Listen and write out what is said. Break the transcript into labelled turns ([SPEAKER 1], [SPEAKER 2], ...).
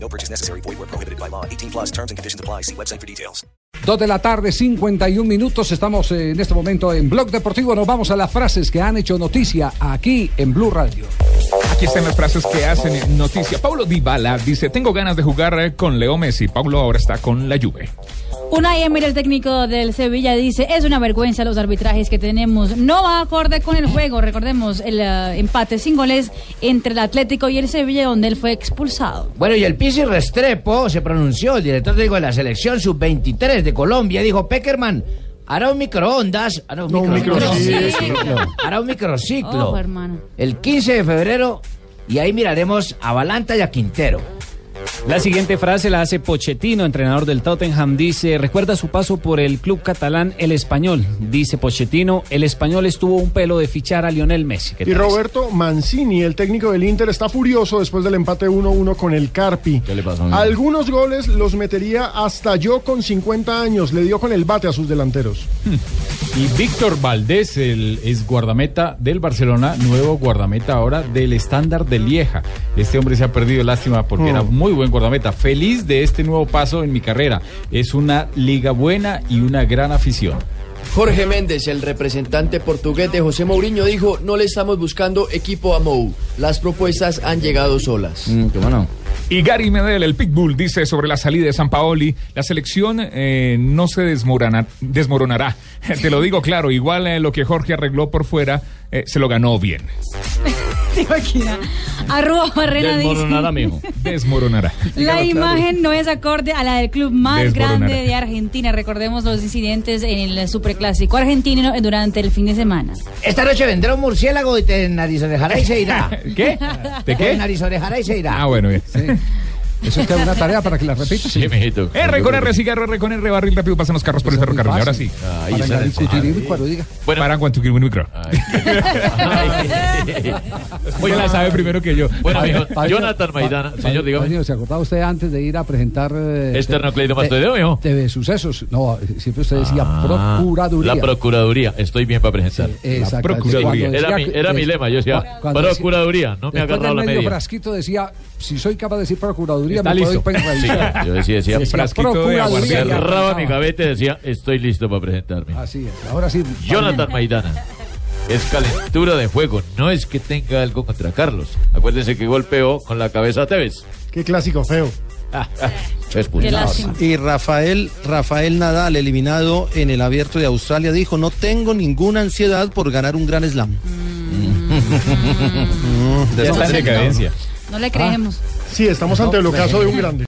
[SPEAKER 1] No purchase necessary. Void where prohibited by law. 18 plus terms and conditions apply. See website for details.
[SPEAKER 2] Dos de la tarde, 51 minutos. Estamos eh, en este momento en Blog Deportivo. Nos vamos a las frases que han hecho noticia aquí en Blue Radio.
[SPEAKER 3] Aquí están las frases que hacen noticia. Paulo Dybala dice, tengo ganas de jugar eh, con Leo Messi. Paulo ahora está con la Juve.
[SPEAKER 4] Unai Emery, el técnico del Sevilla, dice, es una vergüenza los arbitrajes que tenemos. No va acorde con el juego. Recordemos el uh, empate sin goles entre el Atlético y el Sevilla, donde él fue expulsado.
[SPEAKER 5] Bueno, y el Pisi Restrepo se pronunció, el director digo, de la selección sub-23 de Colombia, dijo, Peckerman, hará un microondas, hará un, microciclo, hará un microciclo
[SPEAKER 4] Oh, hermano.
[SPEAKER 5] el 15 de febrero y ahí miraremos a Balanta y a Quintero.
[SPEAKER 6] La siguiente frase la hace Pochettino, entrenador del Tottenham. Dice, recuerda su paso por el club catalán El Español. Dice Pochettino, el español estuvo un pelo de fichar a Lionel Messi. ¿Qué
[SPEAKER 7] Y
[SPEAKER 6] tal?
[SPEAKER 7] Roberto Mancini, el técnico del Inter, está furioso después del empate 1-1 con el Carpi.
[SPEAKER 8] ¿Qué le pasó, amigo?
[SPEAKER 7] Algunos goles los metería hasta yo con 50 años. Le dio con el bate a sus delanteros.
[SPEAKER 3] Y Víctor Valdés, el ex guardameta del Barcelona, nuevo guardameta ahora del estándar de Lieja. Este hombre se ha perdido, lástima, porque era muy buen guardameta. Feliz de este nuevo paso en mi carrera. Es una liga buena y una gran afición.
[SPEAKER 9] Jorge Méndez, el representante portugués de José Mourinho, dijo, no le estamos buscando equipo a Mou. Las propuestas han llegado solas.
[SPEAKER 3] Y Gary Medel, el Pitbull, dice sobre la salida de San Paoli, la selección eh, no se desmorana- desmoronará. Te lo digo claro, igual eh, lo que Jorge arregló por fuera, eh, se lo ganó bien.
[SPEAKER 4] ¿Te imaginas? Arroba Barrena dice,
[SPEAKER 8] Desmoronará, mijo.
[SPEAKER 3] Desmoronará.
[SPEAKER 4] la imagen no es acorde a la del club más
[SPEAKER 3] Desmoronará.
[SPEAKER 4] grande de Argentina. Recordemos los incidentes en el superclásico argentino durante el fin de semana.
[SPEAKER 5] Esta noche vendrá un murciélago y te narizorejará y se irá.
[SPEAKER 3] ¿Qué? ¿De
[SPEAKER 5] Te
[SPEAKER 3] qué?
[SPEAKER 5] narizorejará y se irá.
[SPEAKER 3] Ah, bueno, bien.
[SPEAKER 2] Eso es una tarea para que la repita.
[SPEAKER 8] Sí, mijito.
[SPEAKER 3] R con R, cigarro, R con R, barril rápido, pasan los carros
[SPEAKER 5] Pues
[SPEAKER 3] por el ferrocarril. Ahora sí.
[SPEAKER 8] Ahí
[SPEAKER 2] Para
[SPEAKER 8] está
[SPEAKER 2] engañar
[SPEAKER 8] el
[SPEAKER 2] y cuchiriru y cuando diga.
[SPEAKER 8] Bueno. Ah.
[SPEAKER 3] Para cuando quiero un micro. Oye, la sabe primero que yo. Ah,
[SPEAKER 8] Bueno, mijo,
[SPEAKER 2] Padrino,
[SPEAKER 8] Jonathan Maidana,
[SPEAKER 2] pa-
[SPEAKER 8] señor, dígame.
[SPEAKER 2] Padrino, ¿se acordaba usted antes de ir a presentar... eh,
[SPEAKER 8] Este Esternocleidomastoideo,
[SPEAKER 2] te-
[SPEAKER 8] mijo.
[SPEAKER 2] TV Sucesos. No, eh, siempre usted decía
[SPEAKER 8] Ah,
[SPEAKER 2] Procuraduría. eh,
[SPEAKER 8] La Procuraduría. Estoy bien para presentar.
[SPEAKER 2] Exactamente.
[SPEAKER 3] procuraduría.
[SPEAKER 2] Cuando
[SPEAKER 8] Era mi- era mi lema, yo decía,
[SPEAKER 2] Cu- eh, cuando decía-
[SPEAKER 8] procuraduría, no me
[SPEAKER 2] después
[SPEAKER 8] ha agarrado
[SPEAKER 2] del
[SPEAKER 8] la
[SPEAKER 2] medio
[SPEAKER 8] media.
[SPEAKER 2] frasquito decía, si soy capaz de decir procuraduría,
[SPEAKER 3] Está
[SPEAKER 2] me puedo
[SPEAKER 3] listo.
[SPEAKER 2] ir para
[SPEAKER 8] Sí,
[SPEAKER 2] Israel.
[SPEAKER 8] yo decía, decía,
[SPEAKER 2] Decía,
[SPEAKER 3] frasquito de
[SPEAKER 2] "Procuraduría",
[SPEAKER 3] aguardiente.
[SPEAKER 2] y arrancaba.
[SPEAKER 8] cerraba mi gavete y decía, estoy listo para presentarme.
[SPEAKER 2] Así es. Ahora sí.
[SPEAKER 8] Jonathan Maidana. Es calentura de juego, no es que tenga algo contra Carlos. Acuérdense que golpeó con la cabeza a Tevez.
[SPEAKER 7] Qué clásico feo.
[SPEAKER 8] Fue
[SPEAKER 4] Qué
[SPEAKER 8] expulsado.
[SPEAKER 4] lástima.
[SPEAKER 10] Y Rafael, Rafael Nadal, eliminado en el abierto de Australia, dijo, no tengo ninguna ansiedad por ganar un gran slam.
[SPEAKER 3] Ya está en
[SPEAKER 10] Después de-
[SPEAKER 3] decadencia.
[SPEAKER 4] No le creemos.
[SPEAKER 7] Sí, estamos ante el ocaso de un grande.